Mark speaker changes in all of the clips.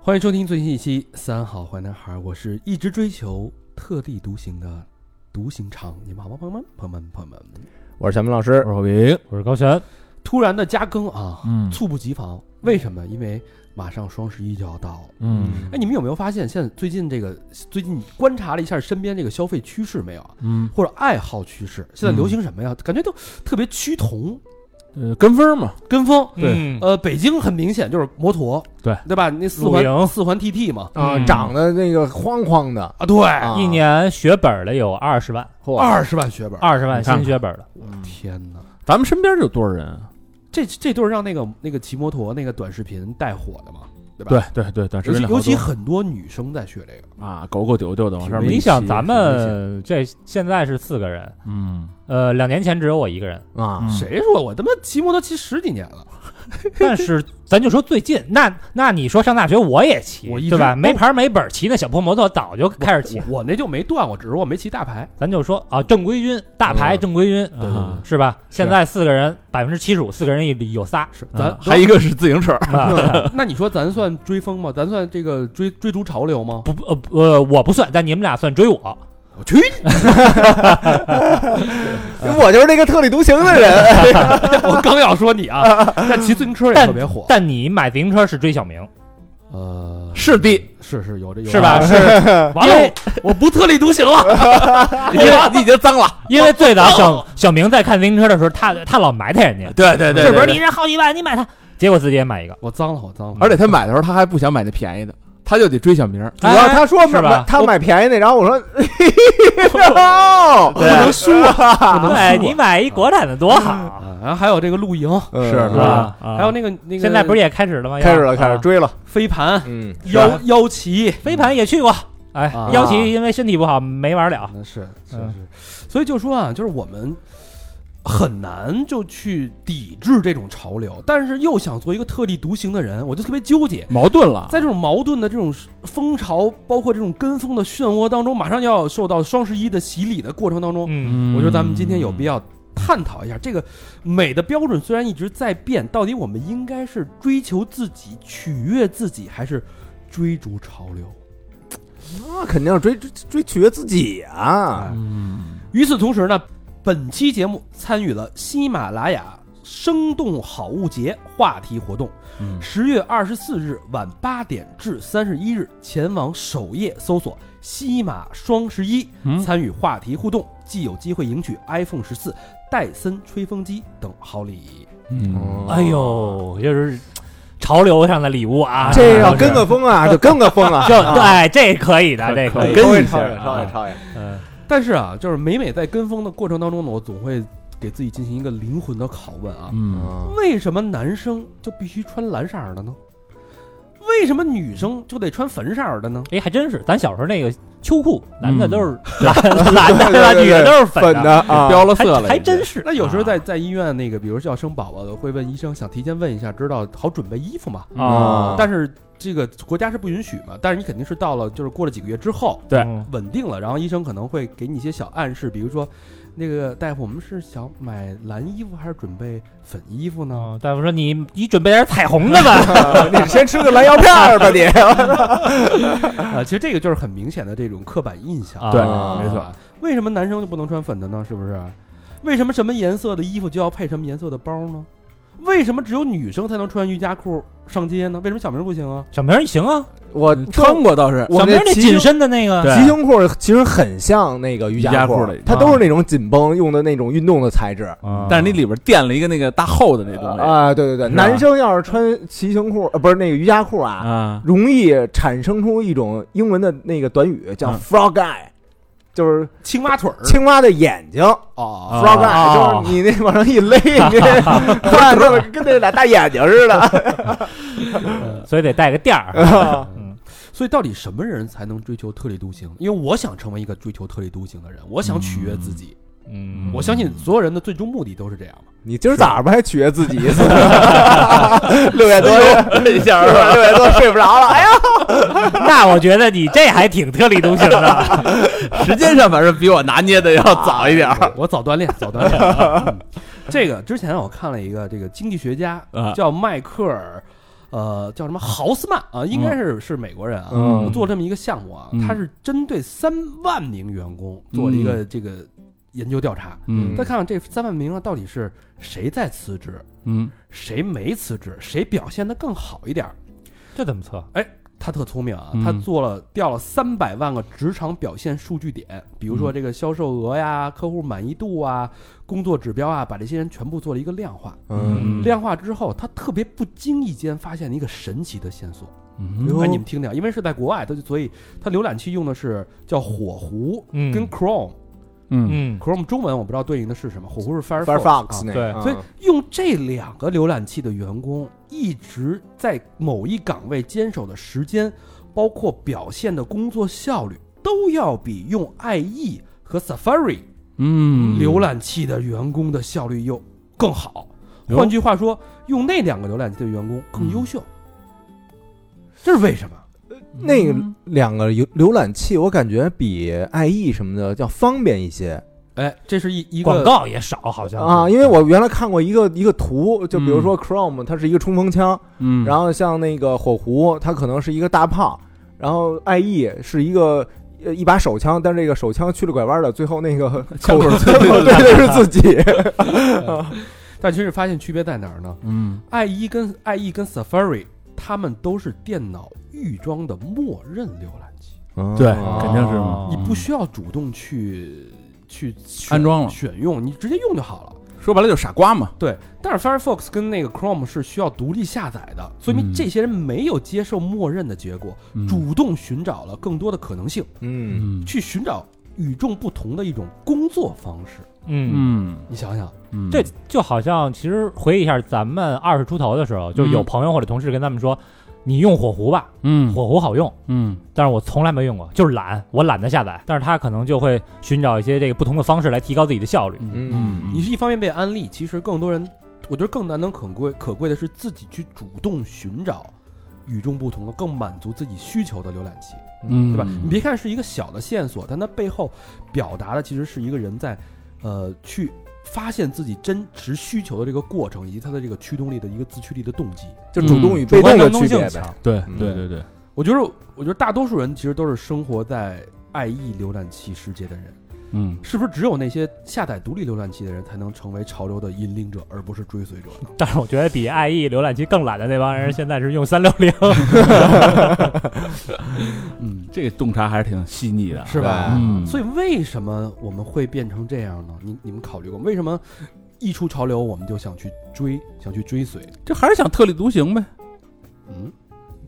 Speaker 1: 欢迎收听最新一期《三好坏男孩》，我是一直追求特立独行的独行长，你们好吗？朋友们，朋友们，朋友们，
Speaker 2: 我是小明老师，
Speaker 3: 我是饼，我是高璇。
Speaker 1: 突然的加更啊，
Speaker 3: 嗯
Speaker 1: 猝不及防，为什么？因为马上双十一就要到了。
Speaker 3: 嗯
Speaker 1: 哎，你们有没有发现，现在最近这个最近观察了一下身边这个消费趋势没有啊？
Speaker 3: 嗯，
Speaker 1: 或者爱好趋势，现在
Speaker 3: 嗯
Speaker 1: 流行什么呀？感觉都特别趋同，
Speaker 3: 呃，跟风嘛，
Speaker 1: 跟风。
Speaker 4: 对
Speaker 1: 呃，北京很明显就是摩托，
Speaker 3: 嗯对
Speaker 1: 对吧？那四
Speaker 4: 露
Speaker 1: 环
Speaker 4: 营
Speaker 1: 四环 TT 嘛，
Speaker 2: 啊，
Speaker 4: 嗯
Speaker 2: 长得那个慌慌的，
Speaker 1: 啊，对，
Speaker 2: 啊
Speaker 5: 一年学本儿的有二十万，
Speaker 2: 嚯，
Speaker 1: 二十万血本，
Speaker 5: 二十万
Speaker 3: 你看看
Speaker 5: 新学本儿的，
Speaker 3: 嗯
Speaker 1: 天哪！
Speaker 3: 咱们身边就有多少人啊？
Speaker 1: 这这就是让那个那个骑摩托那个短视频带火的嘛，对吧？
Speaker 3: 啊对对对，短时
Speaker 1: 尤其
Speaker 3: 间里好
Speaker 1: 尤其
Speaker 3: 多
Speaker 1: 很多女生在学这个，
Speaker 3: 啊，狗狗丢丢的往上
Speaker 1: 挺
Speaker 3: 面
Speaker 1: 危
Speaker 5: 你
Speaker 3: 一，
Speaker 1: 险
Speaker 5: 想咱
Speaker 1: 挺
Speaker 5: 们这现在是四个人，
Speaker 3: 嗯
Speaker 5: 呃，两年前只有我一个人，
Speaker 2: 啊，
Speaker 3: 嗯
Speaker 1: 谁说我他妈骑摩托骑十几年了？
Speaker 5: 但是咱就说最近，那那你说上大学我也骑
Speaker 1: 我一，直
Speaker 5: 对吧？没牌没本儿骑那小破摩托早就开始骑，
Speaker 1: 我我那就没断过，只是我没骑大牌。
Speaker 5: 咱就说啊，正规军大牌
Speaker 1: 嗯
Speaker 5: 正规军啊
Speaker 3: 对对对
Speaker 5: 是吧？现在四个人百分之七十五，四个人里有仨，
Speaker 1: 是，咱
Speaker 3: 啊还一个是自行车，
Speaker 1: 那 那你说咱算追风吗？咱算这个追追逐潮流吗？
Speaker 5: 不不呃不呃，我不算，但你们俩算追我，
Speaker 1: 我去，
Speaker 2: 我就是那个特立独行的人，
Speaker 1: 我刚要说你啊，但骑自行车也特别火。
Speaker 5: 但你买自行车是追小明，
Speaker 1: 呃，
Speaker 3: 是的，
Speaker 1: 是是有这有
Speaker 5: 是吧？是
Speaker 1: 完
Speaker 5: 因
Speaker 1: 了
Speaker 5: 为，
Speaker 1: 我不特立独行了。
Speaker 3: 你你已经脏了，
Speaker 5: 因为最早
Speaker 1: 哦
Speaker 5: 小小明在看自行车的时候，他他老埋汰人家，
Speaker 3: 对对对，
Speaker 5: 是不是？
Speaker 3: 对
Speaker 5: 你这好几万，你买它，结果自己也买一个，
Speaker 1: 我脏了，我脏了。
Speaker 3: 而且他买的时候他还不想买那便宜的，他就得追小明儿，
Speaker 2: 主要他说
Speaker 5: 是
Speaker 2: 买
Speaker 5: 吧
Speaker 2: 他买便宜那，然哎后我 说，哎嘿嘿嘿
Speaker 1: 不能输啊，不能输啊
Speaker 5: 对，哎你买一国产的多好，
Speaker 1: 啊然后还有这个露营，
Speaker 2: 嗯
Speaker 3: 是
Speaker 5: 是
Speaker 3: 嗯
Speaker 2: 啊
Speaker 5: 吧？啊
Speaker 1: 还有那个那个，
Speaker 5: 现在不是也开始了吗？
Speaker 2: 开始了，开始
Speaker 5: 啊
Speaker 2: 追了，
Speaker 1: 飞盘、
Speaker 2: 嗯，
Speaker 1: 腰腰旗，
Speaker 5: 飞盘也去过，哎
Speaker 1: 啊，
Speaker 5: 腰旗因为身体不好没玩了，
Speaker 1: 那是是
Speaker 5: 嗯
Speaker 1: 是，所以就说啊，就是我们很难就去抵制这种潮流，但是又想做一个特立独行的人，我就特别纠结。
Speaker 3: 矛盾了，
Speaker 1: 在这种矛盾的这种风潮，包括这种跟风的漩涡当中，马上就要受到双十一的洗礼的过程当中，
Speaker 5: 嗯，
Speaker 1: 我觉得咱们今天有必
Speaker 3: 要，
Speaker 1: 要探讨一下，这个美的标准虽然一直在变，到底我们应该是追求自己、取悦自己，还是追逐潮流？
Speaker 2: 那啊肯定要追追追取自己啊，
Speaker 3: 嗯
Speaker 1: 与此同时呢，本期节目参与了喜马拉雅生动好物节话题活动，
Speaker 3: 嗯
Speaker 1: 十月二十四日晚八点至三十一日，前往首页搜索“西马双十一”，
Speaker 3: 嗯
Speaker 1: 参与话题互动，既有机会赢取 iPhone 十四、戴森吹风机等好礼。
Speaker 3: 嗯，
Speaker 5: 哎呦，就是潮流上的礼物啊，
Speaker 2: 这要跟个风 啊，就跟个风啊，嗯
Speaker 5: 就
Speaker 2: 啊
Speaker 5: 对，这可以的，这可以，
Speaker 2: 跟
Speaker 3: 一
Speaker 2: 一啊
Speaker 3: 下
Speaker 2: 超越超越超越，
Speaker 5: 嗯
Speaker 1: 但是啊，就是每每在跟风的过程当中呢，我总会给自己进行一个灵魂的拷问啊：
Speaker 2: 哦
Speaker 3: 嗯
Speaker 1: 为什么男生就必须穿蓝色儿的呢？为什么女生就得穿粉色儿的呢？
Speaker 5: 哎，还真是，咱小时候那个秋裤，男的
Speaker 3: 嗯
Speaker 5: 都是 蓝蓝的，对吧？
Speaker 2: 嗯对对对
Speaker 5: 女的都是
Speaker 2: 粉的
Speaker 5: 的，
Speaker 2: 啊，
Speaker 3: 飙了
Speaker 5: 还
Speaker 3: 色了，
Speaker 5: 还真是。
Speaker 1: 那有时候
Speaker 5: 啊
Speaker 1: 在在医院那个，比如要生宝宝的，会问医生，想提前问一下，知道好准备衣服嘛？
Speaker 2: 啊
Speaker 1: 但是这个国家是不允许嘛，但是你肯定是到了就是过了几个月之后
Speaker 3: 对
Speaker 5: 嗯
Speaker 1: 稳定了，然后医生可能会给你一些小暗示，比如说，那个大夫，我们是想买蓝衣服还是准备粉衣服呢？
Speaker 5: 哦，大夫说你你准备点彩虹的吧，
Speaker 2: 啊你先吃个蓝药片儿吧你，
Speaker 1: 啊，其实这个就是很明显的这种刻板印象，
Speaker 5: 啊
Speaker 3: 对，
Speaker 2: 啊
Speaker 3: 没错，
Speaker 1: 吧？为什么男生就不能穿粉的呢？是不是？为什么什么颜色的衣服就要配什么颜色的包呢？为什么只有女生才能穿瑜伽裤上街呢？为什么小明不行啊？
Speaker 5: 小明儿行啊，
Speaker 2: 我
Speaker 3: 嗯穿过倒是，
Speaker 2: 我
Speaker 5: 小明儿那
Speaker 2: 骑行
Speaker 5: 紧身的那个，
Speaker 3: 对
Speaker 2: 齐胸裤其实很像那个瑜
Speaker 3: 瑜伽
Speaker 2: 伽
Speaker 3: 裤啊
Speaker 2: 裤
Speaker 3: 了已经
Speaker 2: 它都是那种紧绷用的那种运动的材质。
Speaker 5: 啊
Speaker 3: 嗯但是你里边垫了一个那个大厚的那东西
Speaker 2: 啊，对对对，
Speaker 3: 是吧
Speaker 2: 男生要是穿骑行裤，呃，不是那个瑜伽裤啊，
Speaker 3: 啊，
Speaker 2: 容易产生出一种英文的那个短语叫
Speaker 3: 嗯
Speaker 2: frog eye，就是
Speaker 1: 青蛙腿儿
Speaker 2: 青蛙的眼睛
Speaker 1: 哦，
Speaker 2: ，frog
Speaker 3: 哦
Speaker 2: eye，就是你那往上一勒，你 这看着跟那俩大眼睛似的。
Speaker 5: 所以得带个垫儿。嗯
Speaker 1: 所以到底什么人才能追求特立独行？因为我想成为一个追求特立独行的人，我想取悦自己。
Speaker 5: 嗯
Speaker 1: 我相信所有人的最终目的都是这样嘛。
Speaker 2: 你今儿早上不还取悦自己一次？六点多一下，六点多睡不着了，哎呀，
Speaker 5: 那我觉得你这还挺特立独行的。
Speaker 3: 时间上反正比我拿捏的要早一点儿
Speaker 1: 我早锻炼，早锻炼。啊 嗯这个之前我看了一个这个经济学家
Speaker 3: 啊
Speaker 1: 叫迈克尔，呃叫什么豪斯曼啊，应该是是美国人啊，
Speaker 2: 嗯
Speaker 1: 做这么一个项目啊
Speaker 3: 嗯，
Speaker 1: 他是针对三万名员工做了一个这个研究调查，
Speaker 3: 嗯
Speaker 1: 再看看这三万名啊到底是谁在辞职，
Speaker 3: 嗯
Speaker 1: 谁没辞职，谁表现得更好一点儿。
Speaker 5: 这怎么测？
Speaker 1: 他特聪明啊
Speaker 3: 嗯，
Speaker 1: 他做了调了三百万个职场表现数据点，比如说
Speaker 3: 嗯
Speaker 1: 这个销售额呀、客户满意度啊、工作指标啊，把这些人全部做了一个量化。
Speaker 3: 嗯
Speaker 1: 量化之后，他特别不经意间发现了一个神奇的线索。
Speaker 3: 嗯
Speaker 2: 哟
Speaker 1: 哎，你们听听，因为是在国外，他就所以他浏览器用的是叫火狐
Speaker 5: 嗯
Speaker 1: 跟 Chrome，Chrome、
Speaker 3: 嗯
Speaker 5: 嗯
Speaker 1: Chrome 中文我不知道对应的是什么，火狐是 Firefox 啊
Speaker 2: Firefox 那
Speaker 5: 对
Speaker 2: 个，
Speaker 1: 所以用这两个浏览器的员工一直在某一岗位坚守的时间，包括表现的工作效率，都要比用 IE 和 Safari
Speaker 3: 嗯
Speaker 1: 浏览器的员工的效率又更好。
Speaker 3: 哟
Speaker 1: 换句话说，用那两个浏览器的员工更优秀，嗯这是为什么？
Speaker 2: 那个
Speaker 3: 嗯
Speaker 2: 两个浏浏览器，我感觉比 IE 什么的要方便一些
Speaker 1: 哎，这是一一个
Speaker 5: 广告也少，好像
Speaker 2: 啊，因为我原来看过一个一个图，就比如说 Chrome 它是一个冲锋枪，
Speaker 3: 嗯
Speaker 2: 然后像那个火狐它可能是一个大炮，然后 IE 是一个。呃，一把手枪，但是这个手枪曲里拐弯的，最后 那个
Speaker 3: 枪口
Speaker 2: 对 对
Speaker 3: 啊
Speaker 2: 是自己。
Speaker 1: 但其实发现区别在哪儿呢
Speaker 3: 嗯
Speaker 1: ？IE 跟 IE 跟 Safari，他们都是电脑预装的默认浏览器。
Speaker 3: 对
Speaker 2: 哦
Speaker 3: 肯定是嘛
Speaker 1: 你不需要主动去去选
Speaker 3: 嗯安装了
Speaker 1: 选用，你直接用就好了。
Speaker 3: 说白了就是傻瓜嘛，
Speaker 1: 对，但是 Firefox 跟那个 Chrome 是需要独立下载的，所以
Speaker 3: 嗯
Speaker 1: 这些人没有接受默认的结果，
Speaker 3: 嗯
Speaker 1: 主动寻找了更多的可能性，
Speaker 2: 嗯，
Speaker 3: 嗯
Speaker 1: 去寻找与众不同的一种工作方式。
Speaker 5: 嗯，
Speaker 3: 嗯
Speaker 1: 你想想，
Speaker 3: 嗯
Speaker 5: 这就好像其实回忆一下咱们二十出头的时候，就有朋友或者同事跟咱们说，你用火狐吧，
Speaker 3: 嗯
Speaker 5: 火狐好用，
Speaker 3: 嗯
Speaker 5: 但是我从来没用过，就是懒，我懒得下载。但是他可能就会寻找一些这个不同的方式来提高自己的效率。
Speaker 3: 嗯
Speaker 1: 你是一方面被安利，其实更多人，我觉得更难能可贵可贵的是自己去主动寻找与众不同的、更满足自己需求的浏览器。
Speaker 3: 嗯
Speaker 1: 对吧？你别看是一个小的线索，但它背后表达的其实是一个人在，呃，去发现自己真实需求的这个过程，以及他的这个驱动力的一个自驱力的动机。
Speaker 2: 就主动
Speaker 3: 嗯
Speaker 2: 与
Speaker 5: 主
Speaker 2: 被
Speaker 5: 观
Speaker 2: 动的
Speaker 5: 能
Speaker 2: 区
Speaker 5: 动性
Speaker 2: 别呗
Speaker 5: 强。，
Speaker 3: 对
Speaker 2: 嗯
Speaker 3: 对对对，
Speaker 1: 我觉得，我觉得大多数人其实都是生活在 IE 浏览器世界的人，
Speaker 3: 嗯
Speaker 1: 是不是只有那些下载独立浏览器的人才能成为潮流的引领者，而不是追随者 呢？
Speaker 5: 但是我觉得比 IE 浏览器更懒的那帮人，现在是用三六零。
Speaker 3: 嗯，这个洞察还是挺细腻的，
Speaker 1: 是吧？
Speaker 2: 对
Speaker 3: 嗯，
Speaker 1: 所以为什么我们会变成这样呢？你你们考虑过为什么一出潮流我们就想去追，想去追随？
Speaker 3: 这还是想特立独行呗，
Speaker 1: 嗯，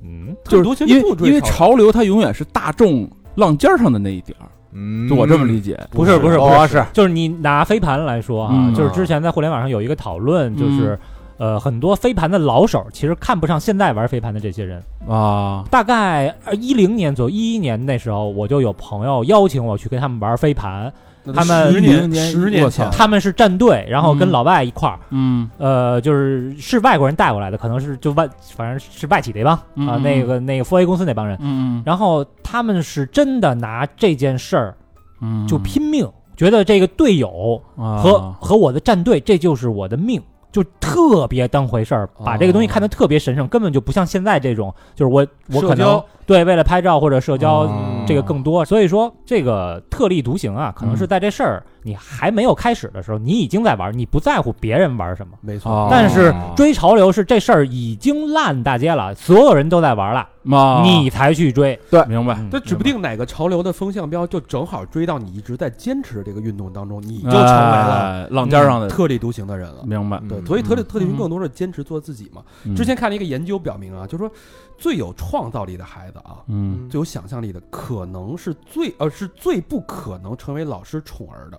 Speaker 5: 嗯，
Speaker 3: 就是
Speaker 1: 多行
Speaker 3: 因
Speaker 1: 不
Speaker 3: 为
Speaker 1: 追
Speaker 3: 因为
Speaker 1: 潮
Speaker 3: 潮流它永远是大众浪尖儿上的那一点儿，
Speaker 2: 嗯
Speaker 3: 就我这么理解，
Speaker 5: 不是不啊是
Speaker 2: 哦
Speaker 5: 不是，
Speaker 2: 是
Speaker 5: 就是你拿飞盘来说啊，
Speaker 3: 嗯
Speaker 5: 就是之前在互联网上有一个讨论，就是、呃，很多飞盘的老手其实看不上现在玩飞盘的这些人。
Speaker 3: 啊，
Speaker 5: 大概呃一零年左右，一一年那时候，我就有朋友邀请我去跟他们玩飞盘，
Speaker 1: 那
Speaker 5: 他们
Speaker 1: 十
Speaker 3: 10
Speaker 1: 年
Speaker 3: 年
Speaker 1: 十年
Speaker 3: 我操
Speaker 1: 前，
Speaker 5: 他们是战队，然后跟
Speaker 3: 嗯
Speaker 5: 老外一块儿。
Speaker 3: 嗯
Speaker 5: 呃，就是是外国人带过来的，可能是就外，反正是外企那帮啊、
Speaker 3: 嗯嗯
Speaker 5: 那个那个 4A 公司那帮人，
Speaker 3: 嗯
Speaker 5: 然后他们是真的拿这件事儿
Speaker 3: 嗯啊
Speaker 5: 就拼命，觉得这个队友和、
Speaker 3: 和
Speaker 5: 和我的战队，这就是我的命，就特别当回事儿，把这个东
Speaker 3: 哦
Speaker 5: 西看得特别神圣，根本就不像现在这种，就是我我
Speaker 1: 社
Speaker 5: 可能
Speaker 1: 交
Speaker 5: 对为了拍照或者社交、
Speaker 3: 哦
Speaker 5: 这个更多，所以说这个特立独行啊，可
Speaker 3: 嗯
Speaker 5: 能是在这事儿你还没有开始的时候，你已经在玩，你不在乎别人玩什么。
Speaker 1: 没错，
Speaker 3: 哦
Speaker 5: 啊但是追潮流是这事儿已经烂大街了，所有人都在玩了，
Speaker 3: 啊，
Speaker 5: 你才去追。
Speaker 3: 明白，
Speaker 1: 这指不定哪个潮流的风向标就正好追到你一直在坚持这个运动当中，你
Speaker 3: 你
Speaker 1: 就成为了嗯
Speaker 3: 浪尖儿啊上的，
Speaker 1: 特立独行的人了。
Speaker 3: 明白，
Speaker 1: 对，所以特立
Speaker 2: 嗯
Speaker 1: 特立独行更多是坚持做自己嘛。
Speaker 3: 嗯
Speaker 1: 之前看了一个研究表明啊，就说最有创造力的孩子啊，
Speaker 3: 嗯
Speaker 1: 最有想象力的，可能是最呃是最不可能成为老师宠儿的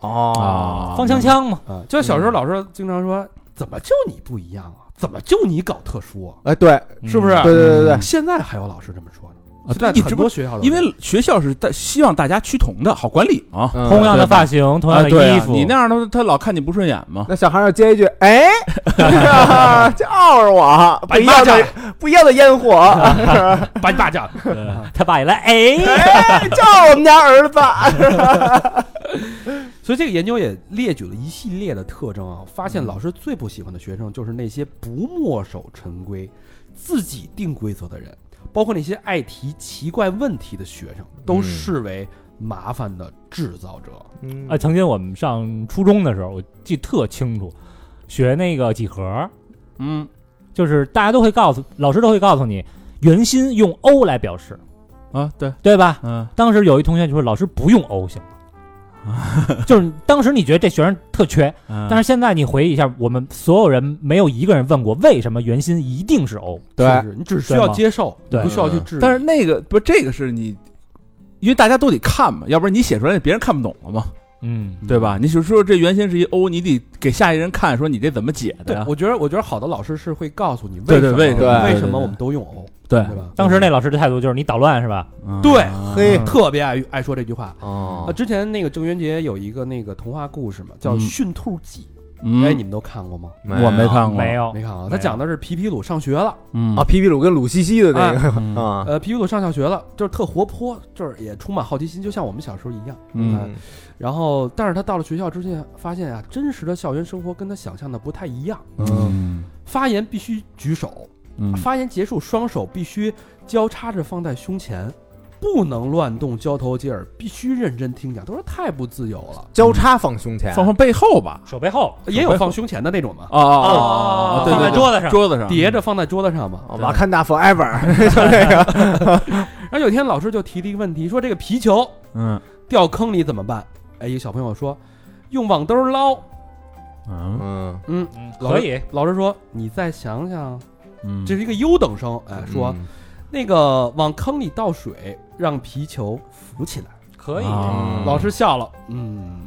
Speaker 2: 哦，
Speaker 3: 啊，
Speaker 5: 方枪枪嘛，
Speaker 1: 啊。就像小时候老师经常说，怎么就你不一样啊？怎么就你搞特殊啊？
Speaker 2: 哎，对
Speaker 1: 是不是？
Speaker 2: 对对对对
Speaker 3: 嗯，
Speaker 1: 现在还有老师这么说呢。
Speaker 3: 啊
Speaker 1: 现在
Speaker 3: 一直
Speaker 1: 很
Speaker 3: 不
Speaker 1: 多学校都
Speaker 3: 因为
Speaker 1: 是
Speaker 3: 学校是在希望大家趋同的，好管理嘛。
Speaker 2: 嗯
Speaker 5: 同样的
Speaker 3: 对吧
Speaker 5: 发型，同样
Speaker 3: 啊，
Speaker 5: 的
Speaker 3: 对啊
Speaker 5: 衣服，
Speaker 3: 你那样的他老看你不顺眼嘛。
Speaker 2: 那小孩要接一句，哎，就是我，不一样的不一样的烟火，
Speaker 1: 把你大家
Speaker 5: 他爸也来，哎，
Speaker 2: 哎，就是我们家儿子，
Speaker 1: 所所以这个研究也列举了一系列的特征啊，发现老师最不喜欢的学生就是那些不墨守成规、自己定规则的人，包括那些爱提奇怪问题的学生，都
Speaker 3: 嗯
Speaker 1: 视为麻烦的制造者。
Speaker 2: 嗯
Speaker 5: 啊，曾经我们上初中的时候，我记得特清楚，学那个几何，
Speaker 1: 嗯，
Speaker 5: 就是大家都会告诉老师都会告诉你，圆心用 O 来表示，
Speaker 3: 啊，对，
Speaker 5: 对吧？
Speaker 3: 嗯，
Speaker 5: 当时有一同学就说老师不用 O 行吗？就是当时你觉得这学生特缺，但
Speaker 3: 但
Speaker 5: 是现在你回忆一下，我们所有人没有一个人问过为什么圆心一定是 O。
Speaker 2: 对
Speaker 1: 是不是你只需要接受，你
Speaker 5: 对
Speaker 1: 不需要去治。
Speaker 3: 但是那个不，这个是你，因为大家都得看嘛，要不然你写出来别人看不懂了嘛，
Speaker 5: 嗯，
Speaker 3: 对吧？你就说这原先是一 O，你得给下一人看，说你这怎么解的
Speaker 1: 对啊
Speaker 3: 呀，？
Speaker 1: 我觉得我觉得好的老师是会告诉你为
Speaker 3: 对
Speaker 1: 什么
Speaker 3: 对
Speaker 2: 为什么
Speaker 1: 为
Speaker 3: 对
Speaker 1: 什
Speaker 3: 对
Speaker 1: 么
Speaker 3: 对
Speaker 1: 我们都用 O，
Speaker 3: 对
Speaker 1: 对吧？
Speaker 5: 当时那老师的态度就是你捣乱是吧？
Speaker 3: 嗯
Speaker 1: 对
Speaker 3: 啊
Speaker 2: 嘿
Speaker 1: 特别爱爱说这句话。啊，
Speaker 2: 哦，
Speaker 1: 之前那个郑渊洁有一个那个童话故事嘛，叫《
Speaker 3: 嗯
Speaker 1: 驯兔记》，
Speaker 3: 嗯
Speaker 1: 哎，你们都看过吗？
Speaker 2: 啊没有
Speaker 3: 我没看过，
Speaker 5: 没有
Speaker 1: 没看啊，
Speaker 5: 没
Speaker 1: 他
Speaker 5: 有
Speaker 1: 讲的是皮皮鲁上学了，
Speaker 3: 嗯
Speaker 2: 啊，皮皮鲁跟鲁西西的那个
Speaker 3: 嗯
Speaker 2: 啊，
Speaker 1: 呃，皮皮鲁上小学了，就是特活泼，就是也充满好奇心，就像我们小时候一样。啊
Speaker 3: 嗯
Speaker 1: 然后，但是他到了学校之前，发现啊，真实的校园生活跟他想象的不太一样。
Speaker 2: 嗯
Speaker 1: 发言必须举手，
Speaker 3: 嗯
Speaker 1: 发言结束双手必须交叉着放在胸前，不能乱动交头接耳，必须认真听讲。都说太不自由了，
Speaker 2: 交叉放胸前，
Speaker 3: 放放背后吧，
Speaker 5: 手背后
Speaker 1: 也有放胸前的那种嘛，
Speaker 3: 哦
Speaker 5: 哦
Speaker 3: 哦对
Speaker 5: 放在
Speaker 3: 对，
Speaker 5: 桌子上
Speaker 3: 桌子上
Speaker 1: 叠着放在桌子上嘛。
Speaker 2: 哦瓦坎达 forever，就这个，
Speaker 1: 然后有一天老师就提了一个问题，说这个皮球
Speaker 3: 嗯
Speaker 1: 掉坑里怎么办？哎，一个小朋友说，用网兜捞。
Speaker 3: 嗯
Speaker 2: 嗯，
Speaker 1: 嗯，
Speaker 5: 嗯
Speaker 1: 老
Speaker 5: 可
Speaker 1: 师
Speaker 5: 以，
Speaker 1: 老师说你再想想，
Speaker 3: 嗯，
Speaker 1: 这是一个优等生。
Speaker 2: 嗯
Speaker 1: 哎，说那个往坑里倒水，让皮球浮起来。
Speaker 5: 可以，
Speaker 3: 啊
Speaker 1: 老师笑了，嗯，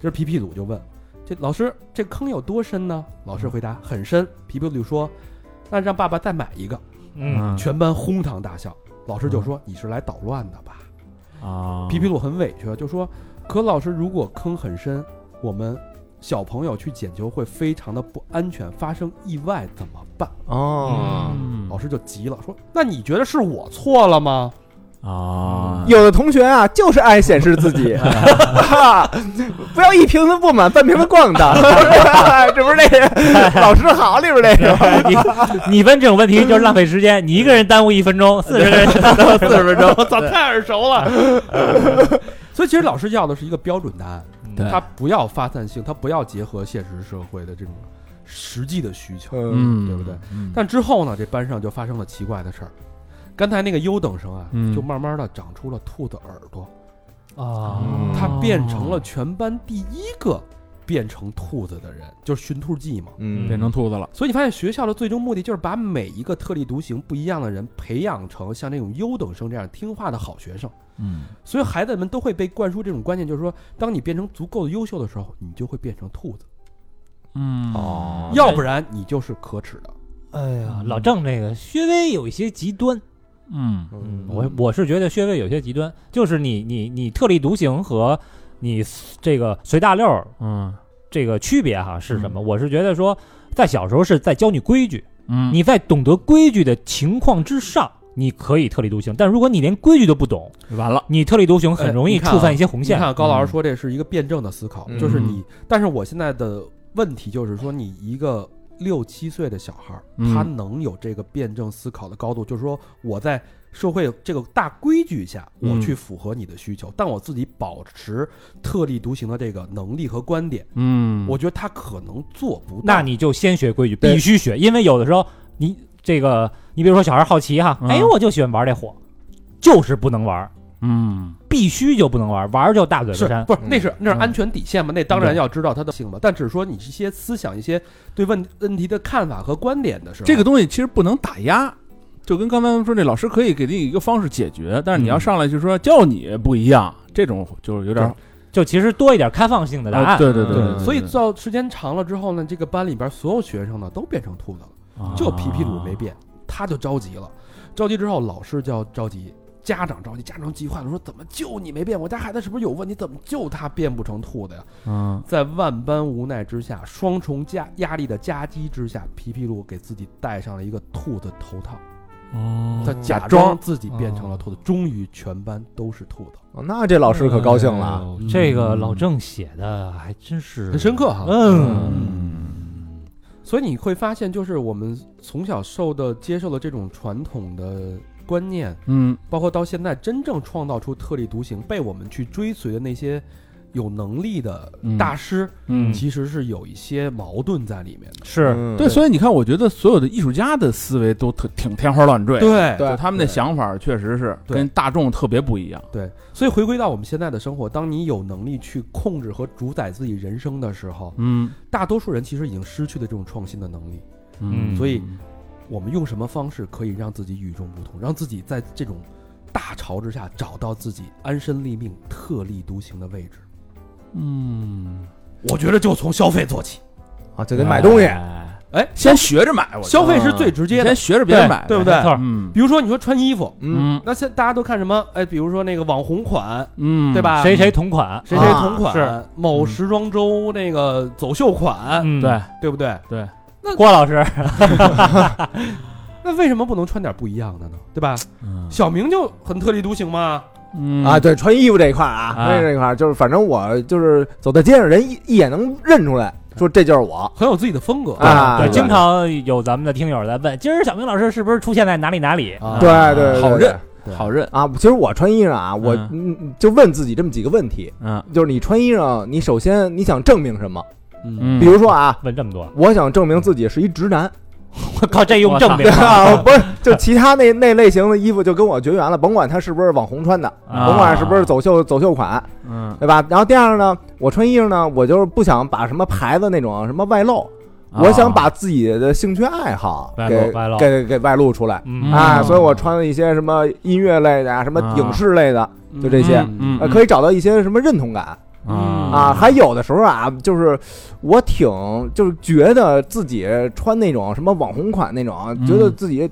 Speaker 1: 这皮皮鲁就问这老师这坑有多深呢？老师回答很深。皮皮鲁说，那让爸爸再买一个。
Speaker 5: 嗯，
Speaker 1: 全班哄堂大笑。老师就说你是来捣乱的吧？
Speaker 3: 啊
Speaker 1: 皮皮鲁很委屈啊，就说：“可老师，如果坑很深，我们小朋友去捡球会非常的不安全，发生意外怎么办
Speaker 2: 哦，
Speaker 3: 嗯？”
Speaker 1: 老师就急了，说：“那你觉得是我错了吗
Speaker 3: 啊，
Speaker 2: 有的同学啊，就是爱显示自 己，哈，不要一瓶子不满，半瓶子逛荡， 这不是那个老师好里边那个吗，
Speaker 5: 你你问这种问题就是浪费时间，你一个人耽误一分钟，四十个人耽误四十 分钟，我操，太耳熟了。？”
Speaker 1: 所以其实老师要的是一个标准答案，
Speaker 5: 嗯
Speaker 3: 对
Speaker 1: 他不要发散性，他不要结合现实社会的这种实际的需求。
Speaker 2: 嗯，
Speaker 3: 嗯
Speaker 1: 对不对？但之后呢，这班上就发生了奇怪的事儿。刚才那个优等生啊，
Speaker 3: 嗯
Speaker 1: 就慢慢的长出了兔的耳朵，
Speaker 5: 啊
Speaker 2: 嗯
Speaker 1: 他变成了全班第一个变成兔子的人，就是寻兔记嘛。
Speaker 2: 嗯
Speaker 3: 变成兔子了，
Speaker 1: 所以你发现学校的最终目的就是把每一个特立独行、不一样的人培养成像这种优等生这样听话的好学生。
Speaker 3: 嗯
Speaker 1: 所以孩子们都会被灌输这种观念，就是说，当你变成足够的优秀的时候，你就会变成兔子，
Speaker 3: 嗯
Speaker 2: 哦
Speaker 1: 要不然你就是可耻的。
Speaker 5: 哎呀，老郑这个薛微有一些极端，
Speaker 3: 嗯
Speaker 2: 嗯
Speaker 5: 我我是觉得薛微有些极端，就是你你你特立独行和你这个随大溜儿
Speaker 3: 嗯
Speaker 5: 这个区别哈
Speaker 1: 嗯
Speaker 5: 是什么？我是觉得说，在小时候是在教你规矩，
Speaker 3: 嗯
Speaker 5: 你在懂得规矩的情况之上，你可以特立独行，但如果你连规矩都不懂，
Speaker 3: 你完了，
Speaker 5: 你特立独行很容
Speaker 1: 哎
Speaker 5: 易
Speaker 1: 你看啊
Speaker 5: 触犯一些红
Speaker 1: 你
Speaker 5: 线。
Speaker 1: 看高老师说这是一个辩证的思考，
Speaker 2: 嗯
Speaker 1: 就是你，但是我现在的问题就是说，你一个六七岁的小孩儿，
Speaker 3: 嗯
Speaker 1: 他能有这个辩证思考的高度，就是说我在社会这个大规矩下，
Speaker 3: 嗯
Speaker 1: 我去符合你的需求，但我自己保持特立独行的这个能力和观点，
Speaker 3: 嗯
Speaker 1: 我觉得他可能做不到。
Speaker 5: 那你就先学规矩，
Speaker 2: 对
Speaker 5: 必须学，因为有的时候你这个，你比如说小孩好奇哈，
Speaker 3: 嗯
Speaker 5: 哎，我就喜欢玩这火，就是不能玩，
Speaker 3: 嗯
Speaker 5: 必须就不能玩，玩就大嘴巴
Speaker 1: 是
Speaker 5: 扇。
Speaker 1: 不是
Speaker 2: 嗯
Speaker 1: 那是那是
Speaker 5: 嗯
Speaker 1: 安全底线嘛？那当然
Speaker 5: 对
Speaker 1: 要知道他的性嘛，但只是说你这些思想、一些对问问题的看法和观点的时候，
Speaker 3: 这个东西其实不能打压。就跟刚才说，那老师可以给你一个方式解决，但是你要上来就说叫你不一样，这种就是有点
Speaker 5: 就其实多一点开放性的答
Speaker 3: 啊
Speaker 5: 案，
Speaker 3: 对对
Speaker 2: 对
Speaker 3: 对，
Speaker 1: 所以到时间长了之后呢，这个班里边所有学生呢都变成兔子了，就皮皮鲁没变，他就着急了。着急之后，老师就要着急，家长着急，家长急坏了，说怎么就你没变？我家孩子是不是有问题？怎么就他变不成兔子呀？
Speaker 3: 嗯
Speaker 1: 在万般无奈之下，双重加压力的夹击之下，皮皮鲁给自己戴上了一个兔子头套，
Speaker 3: 哦
Speaker 1: 他假装自己变成了兔子，终于全班都是兔子，
Speaker 2: 哦那这老师可高兴
Speaker 3: 嗯
Speaker 2: 了，啊
Speaker 5: 哎呦这个老郑写的还真是
Speaker 1: 很深刻哈。
Speaker 5: 嗯，
Speaker 3: 嗯，
Speaker 1: 所以你会发现，就是我们从小受的、接受的这种传统的观念，
Speaker 3: 嗯，
Speaker 1: 包括到现在真正创造出特立独行、被我们去追随的那些有能力的
Speaker 3: 嗯
Speaker 1: 大师，
Speaker 3: 嗯
Speaker 1: 其实是有一些矛盾在里面的。
Speaker 5: 是
Speaker 2: 嗯
Speaker 3: 对，所以你看，我觉得所有的艺术家的思维都特挺天花乱坠，
Speaker 1: 对
Speaker 2: 对
Speaker 3: 就他们的想法确实是
Speaker 1: 对
Speaker 3: 跟大众特别不一样。
Speaker 1: 对，所以回归到我们现在的生活，当你有能力去控制和主宰自己人生的时候，
Speaker 3: 嗯
Speaker 1: 大多数人其实已经失去了这种创新的能力。
Speaker 5: 嗯
Speaker 1: 所以我们用什么方式可以让自己与众不同，让自己在这种大潮之下找到自己安身立命、特立独行的位置？
Speaker 3: 嗯，
Speaker 1: 我觉得就从消费做起，
Speaker 2: 啊，就得买东西，
Speaker 5: 哎
Speaker 1: 哎，
Speaker 3: 先学着买，我觉
Speaker 1: 消
Speaker 3: 得
Speaker 1: 费是最直接的
Speaker 3: 先，学着别人买，
Speaker 1: 对不对
Speaker 5: 没？错
Speaker 3: 嗯
Speaker 1: 比如说你说穿衣服，
Speaker 2: 嗯，
Speaker 1: 那现在大家都看什么？哎，比如说那个网红款，
Speaker 3: 嗯，
Speaker 1: 对？吧？
Speaker 5: 谁谁同款，
Speaker 1: 谁谁同
Speaker 5: 啊是
Speaker 1: 款，某时装周那个走秀款，
Speaker 5: 嗯，
Speaker 3: 对，
Speaker 1: 对不对？
Speaker 3: 对，
Speaker 5: 郭老师，
Speaker 1: 那为什么不能穿点不一样的呢？对吧？小明就很特立独行嘛，
Speaker 3: 嗯
Speaker 2: 啊，，对，穿衣服这一块儿啊，
Speaker 5: 啊
Speaker 2: 穿衣服这一块儿就是，反正我就是走在街上，人一一眼能认出来，说这就是我
Speaker 1: 很有自己的风格
Speaker 2: 啊
Speaker 5: 对，
Speaker 2: 对
Speaker 5: 经常有咱们的听友在问，今儿小明老师是不是出现在哪里哪里？
Speaker 1: 啊
Speaker 2: 对对，对对
Speaker 3: 好认
Speaker 1: 对
Speaker 3: 好认，
Speaker 2: 啊。其实我穿衣裳啊，我
Speaker 3: 嗯
Speaker 2: 嗯就问自己这么几个问题，
Speaker 3: 嗯
Speaker 2: 就是你穿衣裳，你首先你想证明什么？
Speaker 1: 嗯，
Speaker 3: 嗯，
Speaker 2: 比如说啊，
Speaker 5: 问这么多，
Speaker 2: 我想证明自己是一直男，
Speaker 5: 我靠，这用证明
Speaker 2: 啊，不是，就其他那那类型的衣服就跟我绝缘了，甭管它是不是网红穿的，
Speaker 5: 啊
Speaker 2: 甭管是不是走秀走秀款，
Speaker 3: 嗯，
Speaker 2: 对吧？然后第二呢，我穿衣裳呢，我就是不想把什么牌子那种什么外露，
Speaker 3: 啊
Speaker 2: 我想把自己的兴趣爱好
Speaker 5: 外
Speaker 2: 给
Speaker 5: 露外露
Speaker 2: 给给外露出来。
Speaker 5: 嗯
Speaker 2: 啊，
Speaker 3: 嗯
Speaker 2: 所以我穿了一些什么音乐类的啊，什么
Speaker 3: 啊
Speaker 2: 影视类的，就这些
Speaker 1: 嗯
Speaker 2: 呃，
Speaker 3: 嗯
Speaker 2: 可以找到一些什么认同感
Speaker 5: 嗯
Speaker 2: 啊。还有的时候啊，就是我挺就是觉得自己穿那种什么网红款那种啊，
Speaker 3: 嗯
Speaker 2: 觉得自己